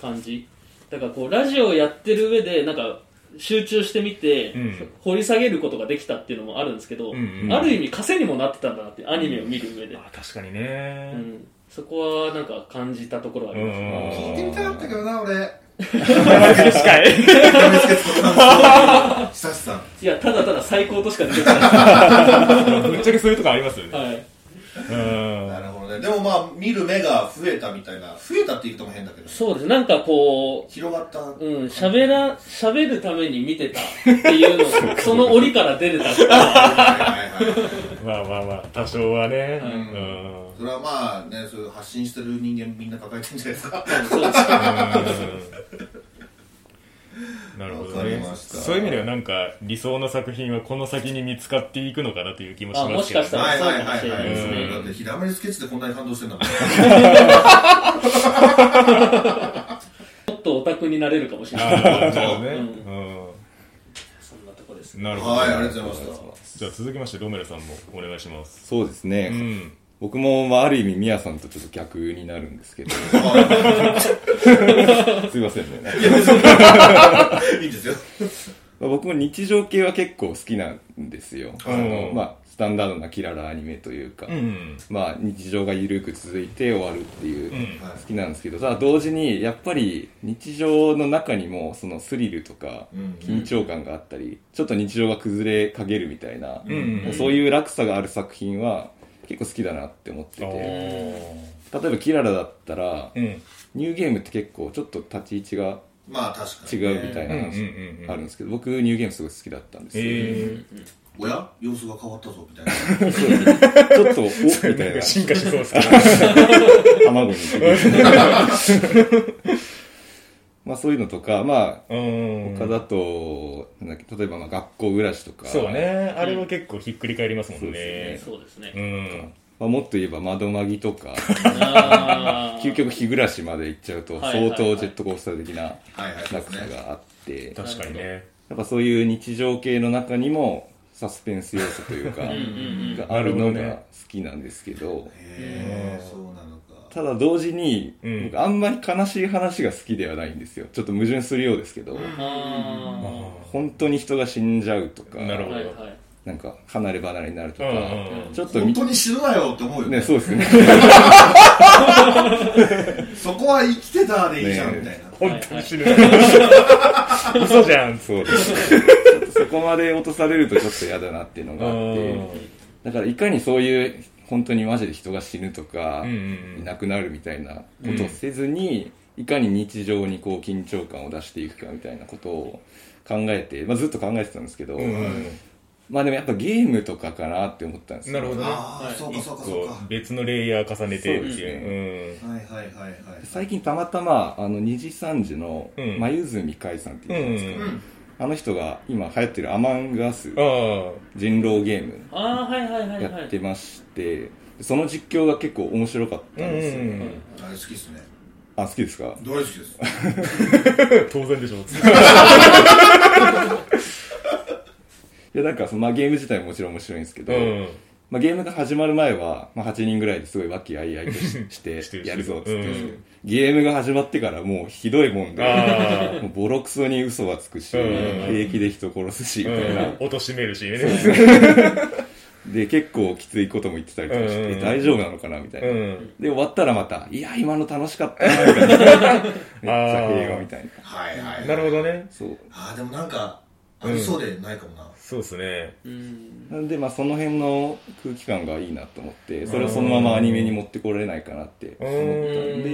Speaker 3: 感じ。だから、こう、ラジオをやってる上で、なんか、集中してみて
Speaker 1: うん、
Speaker 3: 掘り下げることができたっていうのもあるんですけど
Speaker 1: うんう、ん
Speaker 3: ある意味、稼にもなってたんだなって、アニメを見る上で。
Speaker 1: あ確かに
Speaker 3: う
Speaker 1: ね
Speaker 3: ん。そこは、なんか、感じたところはありますね。
Speaker 1: うん
Speaker 2: 聞いてみたかったけどな俺
Speaker 1: 確かに
Speaker 2: 久志さん
Speaker 3: いや、ただただ最高としか出 てこな
Speaker 1: ぶっちゃけそういうとこありますよ
Speaker 3: い。
Speaker 1: ね
Speaker 3: はい。
Speaker 1: うん
Speaker 2: なるほどねでもまあ見る目が増えたみたいな増えたって言うとも変だけど
Speaker 3: そうです。なんか、こう、
Speaker 2: 広が った、
Speaker 3: うん、喋ら、喋るために見てたっていうの、その檻から出れたっていうのは
Speaker 2: はいはいはい
Speaker 1: まあまあまあ多少はね
Speaker 3: はい
Speaker 1: うん
Speaker 2: それはまあねそういう発信してる人間みんな抱えてるんじゃないです か
Speaker 3: そうですね
Speaker 1: なるほ
Speaker 2: わ
Speaker 1: ど
Speaker 2: かり
Speaker 1: ね
Speaker 2: ました
Speaker 1: そういう意味ではなんか理想の作品はこの先に見つかっていくのかなという気もしますけど、ね、
Speaker 3: あもしかしたら
Speaker 2: はいはいはいはい、
Speaker 1: そうかもしれないですね
Speaker 2: だってひだまりスケッチでこんなに感動してんだもん
Speaker 3: もっとオタクになれるかもしれない。
Speaker 1: あーなるほどね、
Speaker 3: そんなとこです
Speaker 1: うん、
Speaker 3: ね。
Speaker 1: なるほど、
Speaker 2: はいありがとうございました
Speaker 1: じゃあ続きましてロメルさんもお願いします
Speaker 4: そうです
Speaker 1: う
Speaker 4: ね
Speaker 1: ん
Speaker 4: 僕もまあある意味ミヤさんとちょっと逆になるんです けどすいませんね
Speaker 2: いいんですよ。
Speaker 4: まあ僕も日常系は結構好きなんですよ。あ
Speaker 1: うん
Speaker 4: のまあ、スタンダードなキララアニメというか、
Speaker 1: うん
Speaker 4: まあ、日常が緩く続いて終わるっていうう、
Speaker 1: ん
Speaker 2: は
Speaker 4: 好きなんですけど、さあ同時に、やっぱり日常の中にも、そのスリルとか、
Speaker 2: うん
Speaker 4: 緊張感があったり、ちょっと日常が崩れかけるみたいな、
Speaker 1: うんうん
Speaker 4: もうそういう落差がある作品は、結構好きだなって思って
Speaker 1: あ
Speaker 4: て、
Speaker 1: ー
Speaker 4: 例えばキララだったら、
Speaker 1: うん
Speaker 4: ニューゲームって結構ちょっと立ち位置が
Speaker 2: まあ確かに、
Speaker 4: 違うみたいな
Speaker 1: うん
Speaker 4: 話
Speaker 1: うんうんうん
Speaker 4: あるんですけど、僕ニューゲームすごい好きだったんですよ。
Speaker 1: え
Speaker 2: おや様子が変わったぞみたいな。
Speaker 4: ちょっと、おみた
Speaker 1: ー、なん
Speaker 4: い
Speaker 1: か
Speaker 4: な。
Speaker 1: 進化しそうですけど
Speaker 4: 卵に行く。 まあそういうのとか、まあ、
Speaker 1: うん
Speaker 4: 他だと、なんだっけ、例えばまあ学校暮らしとか。
Speaker 1: そう。ねあれは結構ひっくり返りますもんね
Speaker 3: そうです
Speaker 1: う
Speaker 3: ね。
Speaker 1: ん
Speaker 4: まあもっと言えば窓まぎとか、
Speaker 3: あー
Speaker 4: 究極日暮らしまで行っちゃうと、
Speaker 3: はいはいはい
Speaker 4: 相当ジェットコースター的な
Speaker 2: はいはい。で
Speaker 4: 落
Speaker 2: すね
Speaker 4: 差。があっして、
Speaker 1: 確かにね。
Speaker 4: やっぱそういう日常系の中にもサスペンス要素というか、
Speaker 3: ん
Speaker 4: があるのが好きなんですけど、
Speaker 2: へえそうなのか
Speaker 4: ただ同時に、
Speaker 1: うん
Speaker 4: 僕あんまり悲しい話が好きではないんですよ。ちょっと矛盾するようですけど、
Speaker 1: あ
Speaker 3: あ
Speaker 4: 本当に人が死んじゃうとか、
Speaker 1: なる
Speaker 3: あ
Speaker 1: ほ
Speaker 3: は
Speaker 1: ど
Speaker 3: いはい
Speaker 4: なんか離れ離れになると
Speaker 1: あ。う
Speaker 4: か、
Speaker 1: んうん。
Speaker 4: ちょっと
Speaker 2: 本
Speaker 4: み
Speaker 2: 当に死ぬなよって思うよね
Speaker 4: ね、そうですね。
Speaker 2: そこは生きてたでいいじゃんみたいな、
Speaker 1: 本当に死ぬ。嘘じゃん。
Speaker 4: そうですね。ちょっとそこまで落とされるとちょっと嫌だなっていうのがあって、だからいかにそういう本当にマジで人が死ぬとか、
Speaker 1: うん
Speaker 4: いなくなるみたいなことをせずに、いかに日常にこう緊張感を出していくかみたいなことを考えて、まあ、ずっと考えてたんですけど、
Speaker 1: うんうん。
Speaker 4: まあでもやっぱゲームとかかなって思ったんです
Speaker 1: な
Speaker 4: よ
Speaker 1: るほどね。
Speaker 2: ああ、
Speaker 3: はい
Speaker 2: そうか
Speaker 1: 一
Speaker 2: そうかそう
Speaker 1: 個
Speaker 2: か
Speaker 1: 別のレイヤー重ねてっていう。
Speaker 2: はいはいはいはい
Speaker 4: 最近たまたまあの2時3時の
Speaker 1: うん
Speaker 4: 眉住海さんって
Speaker 1: うん。う
Speaker 4: いうんじゃないです
Speaker 1: うん。
Speaker 4: か、あの人が今流行ってるアマンガス
Speaker 1: あ
Speaker 4: 人狼ゲーム
Speaker 3: あーはいはいはいはい
Speaker 4: やってましてその実況が結構面白かったんですよ、
Speaker 1: うんうん
Speaker 3: はい
Speaker 2: あれ好きっすね
Speaker 4: あ好きですか
Speaker 2: 大好きです
Speaker 1: あ。当然でしょ。
Speaker 4: いやなんかその、まあ、ゲーム自体ももちろん面白いんですけど、
Speaker 1: うん。
Speaker 4: まあ、ゲームが始まる前は、まあ、8人ぐらいですごい和気あいあいとしし て
Speaker 1: してる
Speaker 4: やるぞっつって、
Speaker 1: うん
Speaker 4: ゲームが始まってからもうひどいもん
Speaker 1: あ
Speaker 4: でもうボロクソに嘘はつくし、
Speaker 1: うん
Speaker 4: 平気で人殺すしみ
Speaker 1: う
Speaker 4: たいな、
Speaker 1: ん。貶としめるしね。
Speaker 4: で結構きついことも言ってたりとかして、
Speaker 1: うんうん
Speaker 4: 大丈夫なのかなみたいうな、
Speaker 1: ん。
Speaker 4: で終わったらまた「いや今の楽しかったな」 みたいなめっちゃ平和みたいな
Speaker 2: はいはい
Speaker 1: なるほどね。
Speaker 4: そう
Speaker 2: ああでもなんかありそうでないかもな、
Speaker 1: そうですね。
Speaker 3: うん
Speaker 4: なんでまあその辺の空気感がいいなと思ってそれをそのままアニメに持ってこられないかなって思ったんで
Speaker 1: うん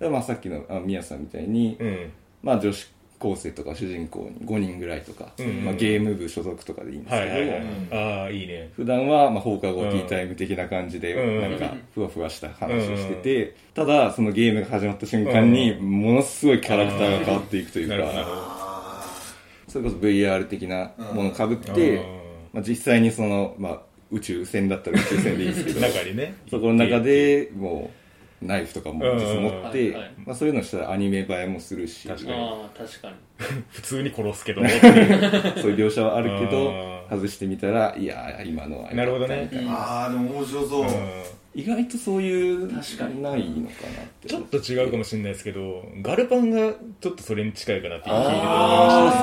Speaker 4: でまあさっきのあ宮さんみたいに、
Speaker 1: うん。
Speaker 4: まあ、女子高生とか主人公に5人ぐらいとか、
Speaker 1: うん
Speaker 4: まあ、ゲーム部所属とかでいいんです
Speaker 1: は
Speaker 4: け
Speaker 1: い
Speaker 4: ど、
Speaker 1: はいはい。ああ、いいね。
Speaker 4: 普段はまあ放課後
Speaker 1: うん
Speaker 4: ティータイム的な感じで、
Speaker 1: うん
Speaker 4: なんかふわふわした話をしてて、ただそのゲームが始まった瞬間にものすごいキャラクターが変わっていくという
Speaker 1: なるほどなる
Speaker 4: か、
Speaker 1: ほど。
Speaker 4: それこそ VR 的なものをかぶって、まあ、実際にその、まあ、宇宙船だったら宇宙船でいいですけど
Speaker 1: 中にね。
Speaker 4: そこの中でもうナイフとかも実際持っ
Speaker 3: うん
Speaker 4: て
Speaker 3: はいはい、
Speaker 4: まあ、そういうのしたらアニメ映えもするし
Speaker 1: 確かに
Speaker 3: ああ確かに
Speaker 1: 普通に殺すけどもっていう。
Speaker 4: そういう描写はあるけ
Speaker 1: う
Speaker 4: ど
Speaker 1: ん
Speaker 4: 外してみたらいやー今のは
Speaker 1: なるほどね
Speaker 4: みたいな
Speaker 2: ああでも面白そ
Speaker 1: う
Speaker 2: う、
Speaker 1: ん
Speaker 4: 意外とそういう
Speaker 3: 確かに
Speaker 4: ないのかなって
Speaker 1: ちょっと違うかもしれないですけど、ガルパンがちょっとそれに近いかなっていう
Speaker 4: ああ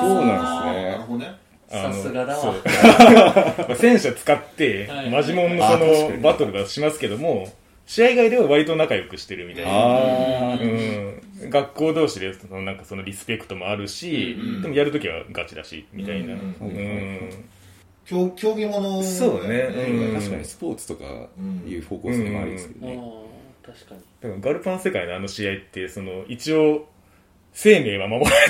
Speaker 2: なる
Speaker 4: そうなんですね
Speaker 2: ほどね
Speaker 1: あの
Speaker 3: さすがだわ
Speaker 1: そうまあ戦車使って
Speaker 3: はい
Speaker 1: マジモンのそ
Speaker 4: あ確か
Speaker 1: の
Speaker 4: に
Speaker 1: バトルがしますけども試合外では割と仲良くしてるみたいな、
Speaker 4: あ
Speaker 1: う
Speaker 4: ー
Speaker 1: ん、学校同士でそのなんかそのリスペクトもあるし、でもやるときはガチだしみたいな、う
Speaker 2: うんん
Speaker 4: はい
Speaker 2: 競競技もの
Speaker 1: そうねうん
Speaker 4: 確かにスポーツとかいう方向性もありですけど
Speaker 3: あ
Speaker 4: ね
Speaker 3: あ確かに
Speaker 1: だからガルパン世界のあの試合ってその一応生命は守られ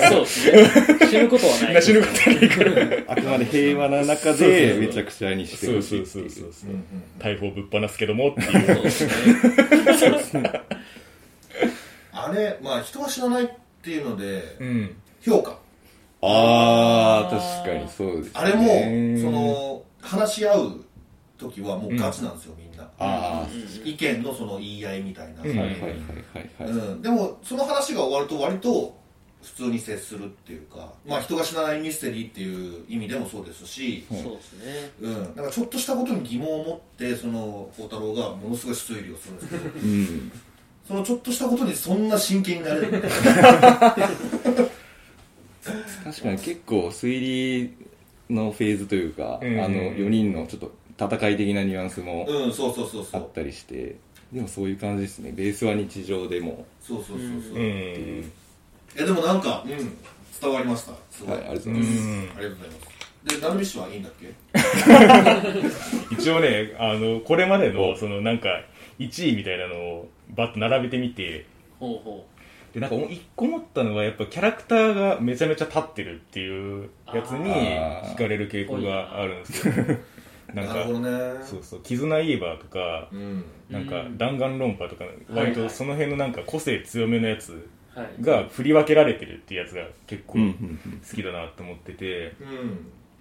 Speaker 1: て
Speaker 3: そうですね。死ぬことはない。
Speaker 1: る死ぬことはないから
Speaker 4: あくまで平和な中
Speaker 1: そうそうそ
Speaker 4: で
Speaker 1: う
Speaker 4: めちゃくちゃにして
Speaker 1: そ
Speaker 4: ほ
Speaker 1: う
Speaker 4: し
Speaker 1: そ
Speaker 4: いうって
Speaker 1: そう
Speaker 4: い
Speaker 1: そううそう大砲ぶっ放すけどもっていう
Speaker 3: そうですね。
Speaker 2: あれまあ人は知らないっていうので、
Speaker 1: うん
Speaker 2: 評価
Speaker 4: ああ確かにそうですね
Speaker 2: あれも、その話し合う時はもうガチなんですよ、みんな
Speaker 4: あ
Speaker 2: 意見のその言い合いみたいな、
Speaker 1: うん
Speaker 4: あはいはいはいはいはい
Speaker 2: うん、でもその話が終わると割と普通に接するっていうか、まあ、人が知らないミステリーっていう意味でもそうですし、
Speaker 3: そうですね。
Speaker 2: うん、なんかちょっとしたことに疑問を持ってその孝太郎がものすごい推理をするんですけど
Speaker 4: うん
Speaker 2: そのちょっとしたことにそんな真剣になれるみたいな
Speaker 4: 確かに結構推理のフェーズというか、
Speaker 1: うん
Speaker 4: あの4人のちょっと戦い的なニュアンスも
Speaker 2: うんそうそうそうそ
Speaker 4: あ
Speaker 2: う
Speaker 4: ったりしてでもそういう感じですねベースは日常でも
Speaker 2: そうそうそうそう、
Speaker 1: う
Speaker 2: い
Speaker 1: ん
Speaker 2: やでもなんか、うん、伝わりましたすご、
Speaker 4: はいいありがとう
Speaker 1: う
Speaker 4: ございます、
Speaker 1: ん
Speaker 2: ありがとうございますでダルビッシュはいいんだっけ
Speaker 1: 一応ねあのこれまでのそのなんか1位みたいなのをバッと並べてみて
Speaker 3: ほうほ
Speaker 1: でなんか一個思ったのはやっぱキャラクターがめちゃめちゃ立ってるっていうやつに
Speaker 4: あ
Speaker 1: 惹
Speaker 4: ー
Speaker 1: かれる傾向があるんですよなん
Speaker 2: なるほど
Speaker 1: か
Speaker 2: ね
Speaker 1: そうそう「絆イーバー」とか
Speaker 2: うん
Speaker 1: なんか
Speaker 3: うん
Speaker 1: 弾丸論破とか
Speaker 3: はい
Speaker 1: 割とその辺のなんか個性強めのやつ
Speaker 3: う。はい。
Speaker 1: が振り分けられてるっていうやつが結構
Speaker 4: うんうんうん
Speaker 1: 好きだなと思ってて
Speaker 2: うん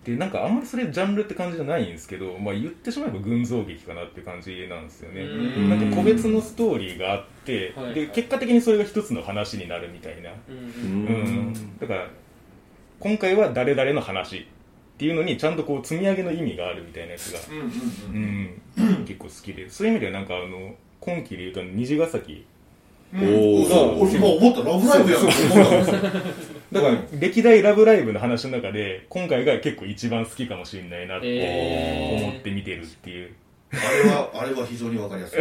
Speaker 1: でなんかあんまりそれジャンルって感じじゃないんですけど、まあ、言ってしまえば群像劇かなって感じなんですよね
Speaker 3: うん
Speaker 1: なんか個別のストーリーがあって、
Speaker 3: はい
Speaker 1: で結果的にそれが一つの話になるみたいな、
Speaker 3: うん
Speaker 1: うん
Speaker 4: うん
Speaker 1: だから今回は誰々の話っていうのにちゃんとこう積み上げの意味があるみたいなやつが、
Speaker 2: うんうんうん
Speaker 1: うん、結構好きでそういう意味ではなんかあの今期でいうと虹ヶ崎
Speaker 4: おー
Speaker 2: そう俺今思ったラブライブやんって思った
Speaker 1: だから歴代「ラブライブ!」の話の中で今回が結構一番好きかもしれないなって
Speaker 3: えー
Speaker 1: 思って見てるっていう、
Speaker 2: あれはあれは非常にわかりやすい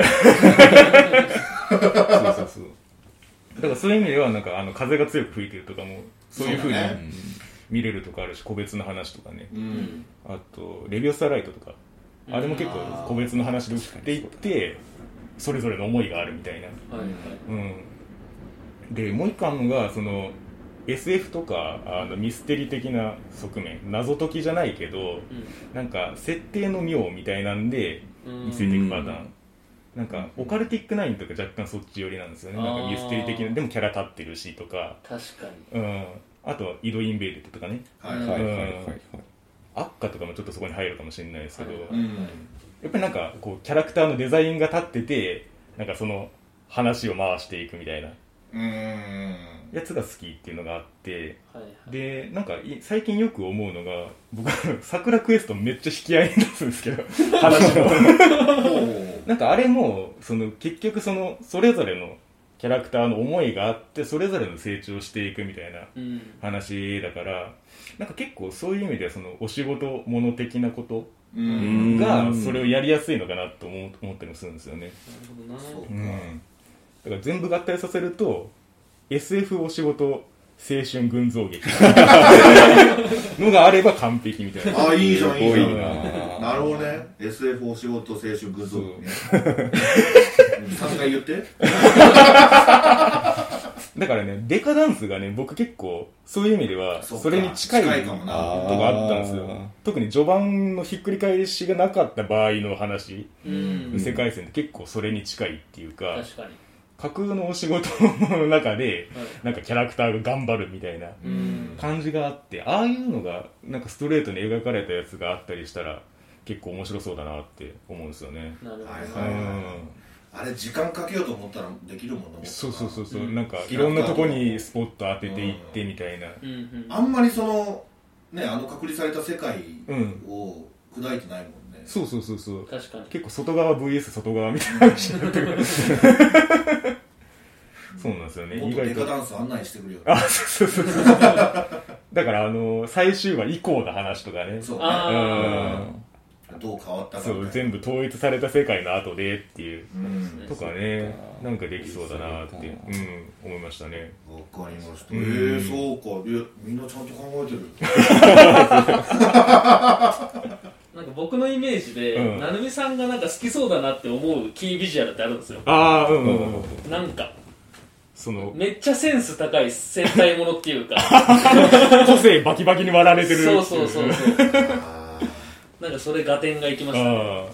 Speaker 1: そうそうそうだからそういう意味ではなんかあの風が強く吹いてるとかもそういうふうに
Speaker 2: そうだね
Speaker 1: 見れるとかあるし個別の話とかね
Speaker 2: うん
Speaker 1: あと「レビューサーライト」とかあれも結構個別の話で起きていってそれぞれの思いがあるみたいな
Speaker 3: はいはい
Speaker 1: うん、でもう一個あるのがその SF とかあのミステリー的な側面謎解きじゃないけどなんか設定の妙みたいなんで
Speaker 3: うん
Speaker 1: 見ついていくパターン、
Speaker 4: うん
Speaker 1: なんかオカルティックナインとか若干そっち寄りなんですよねなん
Speaker 3: あ
Speaker 1: か
Speaker 3: ー
Speaker 1: ミステリー的なでもキャラ立ってるしとか、
Speaker 3: 確かに
Speaker 1: うん、あとは井戸インベーデッドとかね
Speaker 2: はい
Speaker 4: はい
Speaker 2: は
Speaker 4: はい
Speaker 2: い
Speaker 4: はいはい
Speaker 1: アッカとかもちょっとそこに入るかもしれないですけど、
Speaker 3: はいはい
Speaker 2: うん
Speaker 1: やっぱりなんかこうキャラクターのデザインが立っててなんかその話を回していくみたいな
Speaker 2: うん
Speaker 1: やつが好きっていうのがあって
Speaker 3: はいはい
Speaker 1: でなんかい最近よく思うのが僕「 桜クエスト」めっちゃ引き合いに出すんです けど話のなんかあれもその結局そのそれぞれのキャラクターの思いがあってそれぞれの成長していくみたいな
Speaker 3: うん
Speaker 1: 話だからなんか結構そういう意味ではそのお仕事もの的なこと
Speaker 2: う
Speaker 4: うんん
Speaker 1: がそれをやりやすいのかなと思う思ったりもするんですよね、
Speaker 3: なる
Speaker 2: そ
Speaker 3: ほど
Speaker 2: う
Speaker 3: な
Speaker 1: うん、だから全部合体させると SF お仕事青春群像劇のがあれば完璧みたいな
Speaker 2: あいいじゃんいいじゃ
Speaker 4: すごい
Speaker 2: ん
Speaker 4: な
Speaker 2: なるほどね SF お仕事青春グッ ズね3回言って
Speaker 1: だからねデカダンスがね僕結構そういう意味では
Speaker 2: そっか
Speaker 1: それに近い
Speaker 2: 近いかもな
Speaker 1: とこあったんです
Speaker 4: あー
Speaker 1: よ特に序盤のひっくり返しがなかった場合の話、
Speaker 3: うん
Speaker 1: 世界線って結構それに近いっていうか
Speaker 3: 確かに
Speaker 1: 架空のお仕事の中で
Speaker 3: はい
Speaker 1: なんかキャラクターが頑張るみたいな
Speaker 3: うん
Speaker 1: 感じがあってああいうのがなんかストレートに描かれたやつがあったりしたら結構面白そうだなって思うんですよね
Speaker 3: なるほど
Speaker 2: は
Speaker 1: う
Speaker 2: いはい
Speaker 1: ん
Speaker 2: あれ時間かけようと思ったらできるもんな
Speaker 1: そうそうそうそう、
Speaker 3: うん
Speaker 1: なんかいろんなとこにスポット当てていってみたいな
Speaker 3: うんうん
Speaker 2: あんまりそのねあの隔離された世界
Speaker 1: うん
Speaker 2: を砕いてないもんね
Speaker 1: そうそうそうそう
Speaker 3: 確かに
Speaker 1: 結構外側 VS 外側みたいな話になってくるそうなんですよね
Speaker 2: もっ
Speaker 1: 意
Speaker 2: とデ
Speaker 1: 外
Speaker 2: カ
Speaker 1: と
Speaker 2: ダンス案内してくるよ
Speaker 1: あそうそうそうそうだからあの最終話以降の話とかね
Speaker 2: そうね
Speaker 3: あ
Speaker 1: うん
Speaker 2: どう変わったか
Speaker 1: そう
Speaker 2: みたいな
Speaker 1: 全部統一された世界の後でっていう
Speaker 2: うん
Speaker 1: とかね
Speaker 4: そっか
Speaker 1: なんかできそうだなって、
Speaker 4: そうか
Speaker 1: うん、思いましたね
Speaker 2: わかりました
Speaker 1: うん
Speaker 2: えー、そうかいやみんなちゃんと考えてる
Speaker 3: なんか僕のイメージで、
Speaker 1: うん
Speaker 3: なるみさんがなんか好きそうだなって思うキービジュアルってあるんですよ
Speaker 1: ああうんうん、うん、
Speaker 3: なんか
Speaker 1: その
Speaker 3: めっちゃセンス高い戦隊ものっていうか
Speaker 1: 個性バキバキに割られてる
Speaker 3: そうそうそうそう
Speaker 2: あ
Speaker 3: なんかそれ合点がいきましたね
Speaker 1: ああ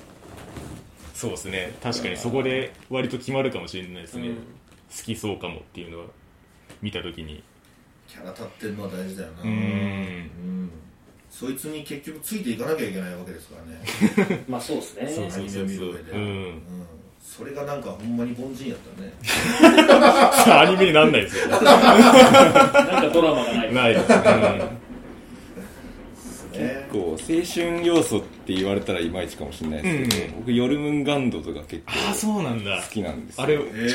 Speaker 1: そうですね確かにそこで割と決まるかもしれないですね、
Speaker 3: うん
Speaker 1: 好きそうかもっていうのは見た時に
Speaker 2: キャラ立ってるのは大事だよな
Speaker 1: うーん
Speaker 2: うんそいつに結局ついていかなきゃいけないわけですからね
Speaker 3: まあそうですね
Speaker 1: そうそうそうそう、
Speaker 2: アニメ見る上で
Speaker 1: うん
Speaker 2: う、んそれがなんかほんまに凡人やったね
Speaker 1: アニメになんないですよ
Speaker 3: なんかドラマがない
Speaker 1: ないです、うん
Speaker 2: ね
Speaker 4: こう青春要素って言われたらいまいちかもしれないですけど、
Speaker 1: う
Speaker 4: 僕ヨルムンガンドとか結
Speaker 1: ああ
Speaker 4: 構
Speaker 1: そうなんだ
Speaker 4: 好きなんですよ
Speaker 1: あれちょうど見てない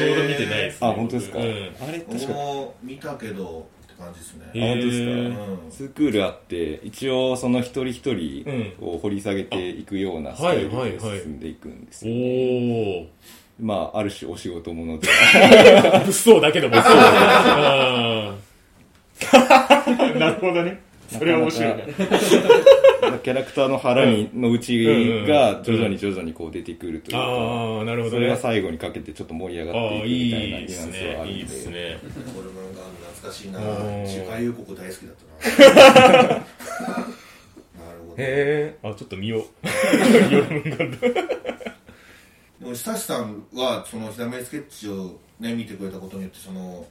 Speaker 1: です、ね
Speaker 4: あ本当ですか、
Speaker 1: うん
Speaker 4: あれ確
Speaker 2: 僕
Speaker 4: か
Speaker 2: も見たけどって感じですね、
Speaker 1: へー
Speaker 4: あ本当ですか
Speaker 2: うん
Speaker 4: ツークールあって一応その一人一人を掘り下げていくようなスタイル
Speaker 1: はい
Speaker 4: で
Speaker 1: はいはい
Speaker 4: 進んでいくんです よ、
Speaker 1: おお
Speaker 4: まあある種お仕事もので
Speaker 1: 物騒だけど物騒だけどなるほどねそれは面白いな
Speaker 4: な キャラクターの腹にの内が徐々に徐々にこう出てくるというか、
Speaker 1: ああなるほど
Speaker 4: そ
Speaker 1: ね
Speaker 4: れが最後にかけてちょっと盛り上
Speaker 1: あ
Speaker 4: がって
Speaker 1: あ
Speaker 4: い
Speaker 1: い
Speaker 4: くみたい
Speaker 1: い
Speaker 4: な
Speaker 1: で
Speaker 4: ニュア
Speaker 1: す
Speaker 4: ンスはあ
Speaker 1: ね
Speaker 4: る
Speaker 1: いい
Speaker 4: ん
Speaker 1: です
Speaker 4: で
Speaker 1: ね
Speaker 2: ホルモンガン懐かしいな
Speaker 1: おー
Speaker 2: 中華遊国大好きだ ったななるほど
Speaker 1: へ
Speaker 2: で
Speaker 1: えあちょっと見よう
Speaker 2: も久志さんはその「ひらめきスケッチ」をね見てくれたことによってその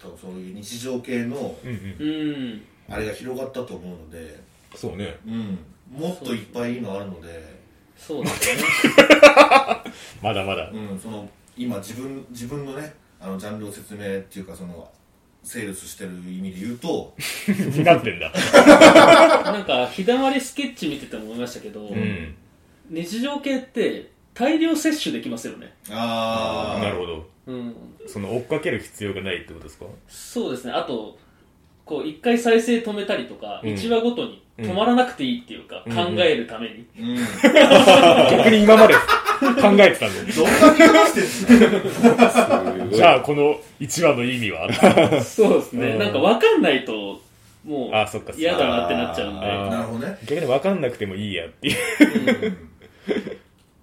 Speaker 2: 多分そういう日常系の
Speaker 1: うんうん
Speaker 3: うん
Speaker 2: あれが広がったと思うので
Speaker 1: そうね
Speaker 2: うん、もっといっぱいいいのあるので、
Speaker 3: そうですね。
Speaker 1: まだまだ
Speaker 2: うん、その今自分自分のねあのジャンルを説明っていうかそのセールスしてる意味で言うと、
Speaker 1: になってんだ
Speaker 3: なんか、日だまりスケッチ見てても思いましたけど、
Speaker 1: うん
Speaker 3: 日常系って大量摂取できますよね。
Speaker 2: あー
Speaker 1: なるほど
Speaker 3: うん。
Speaker 1: その追っかける必要がないってことですか
Speaker 3: そうですね。あと、こう、一回再生止めたりとか、
Speaker 1: うん
Speaker 3: 一話ごとに止まらなくていいっていうか、
Speaker 1: うん
Speaker 3: 考えるために。
Speaker 2: うん、どん
Speaker 1: 逆に今まで考えてたんだ
Speaker 2: だけ話してるんですか
Speaker 1: じゃあこの1話の意味は
Speaker 3: そうです
Speaker 1: う
Speaker 3: ね。
Speaker 1: ん
Speaker 3: なんか分かんないと、も
Speaker 1: あそっかそっか
Speaker 3: う嫌だなってなっちゃうん
Speaker 1: あ
Speaker 3: で、
Speaker 2: なるほどね、
Speaker 1: 逆に分かんなくてもいいやっていう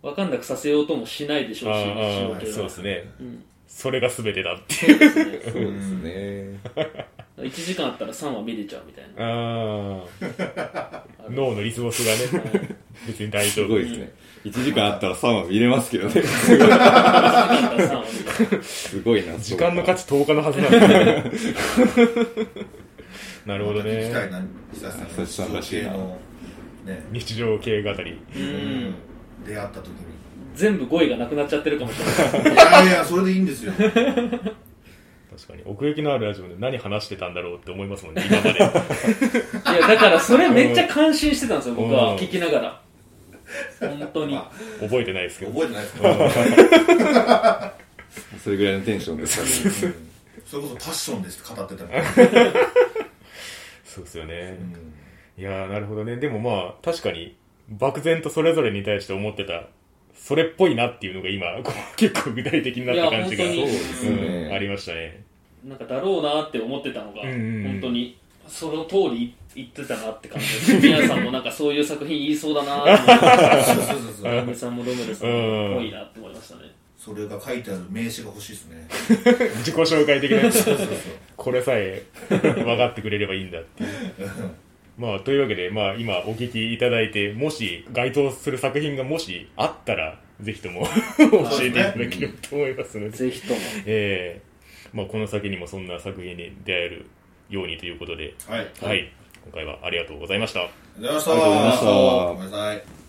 Speaker 3: 分かんなくさせようともしないでしょうし、
Speaker 1: ああ
Speaker 3: 日常系は
Speaker 1: そうですね
Speaker 3: うん
Speaker 1: それが全てだって
Speaker 3: そうですね。
Speaker 4: そうですね。
Speaker 3: 1時間あったら3話見れちゃうみたい な。
Speaker 1: ああ脳のリスボスがね 別に大丈
Speaker 4: す
Speaker 1: 夫
Speaker 4: ごいですね。1時間あったら3話見れますけどね。
Speaker 3: 1時間あったら3話見れちゃう
Speaker 4: すごいな。
Speaker 1: 時間の価値10日のはずなんだ よなるほど
Speaker 2: また聞きたい
Speaker 1: ね
Speaker 2: な久し
Speaker 4: 久志さんらしいな
Speaker 2: のね、
Speaker 1: 日常系語り
Speaker 3: うん
Speaker 2: 出会った時に
Speaker 3: 全部語彙がなくなっちゃってるかもしれない。
Speaker 2: いやいやそれでいいんですよ
Speaker 1: 確かに奥行きのあるラジオで何話してたんだろうって思いますもんね今ま で
Speaker 3: いや、だからそれめっちゃ感心してたんですよ、僕
Speaker 1: うん
Speaker 3: は。聞きながら。本当に。
Speaker 2: ま
Speaker 1: 覚えてないですけど
Speaker 2: 覚えてないですか
Speaker 4: それぐらいのテンションです。
Speaker 2: それこそパッションですって語ってたの
Speaker 1: そうですよね
Speaker 2: うん
Speaker 1: いやーなるほどねでもまあ確かに漠然とそれぞれに対して思ってたそれっぽいなっていうのが今 こう結構具体的になった感じが
Speaker 3: いや本当に
Speaker 4: そうですね
Speaker 1: うんありましたね
Speaker 3: なんかだろうなって思ってたのが、
Speaker 1: うんうんうん
Speaker 3: 本当に、その通り言ってたなって感じです。皆さんもなんかそういう作品言いそうだなって思いま した。
Speaker 2: そうそうそうそう
Speaker 3: アミさんもロメルさんもっぽいなって思いましたね。
Speaker 2: それが書いてある名刺が欲しいですね
Speaker 1: 自己紹介的なやつ
Speaker 2: そうそう
Speaker 1: これさえ 分かってくれればいいんだっていう。まあ、というわけで、まあ、今お聞きいただいて、もし該当する作品がもしあったら、ぜひとも 教えていただければと思いますので、
Speaker 3: ぜひとも。
Speaker 1: えーまあ、この先にもそんな作品に出会えるようにということで、
Speaker 2: はい
Speaker 1: はい、今回はありがとうございました。
Speaker 2: ありがとうございました
Speaker 4: ありがとうご
Speaker 2: ご
Speaker 4: ざいました
Speaker 2: めんなさい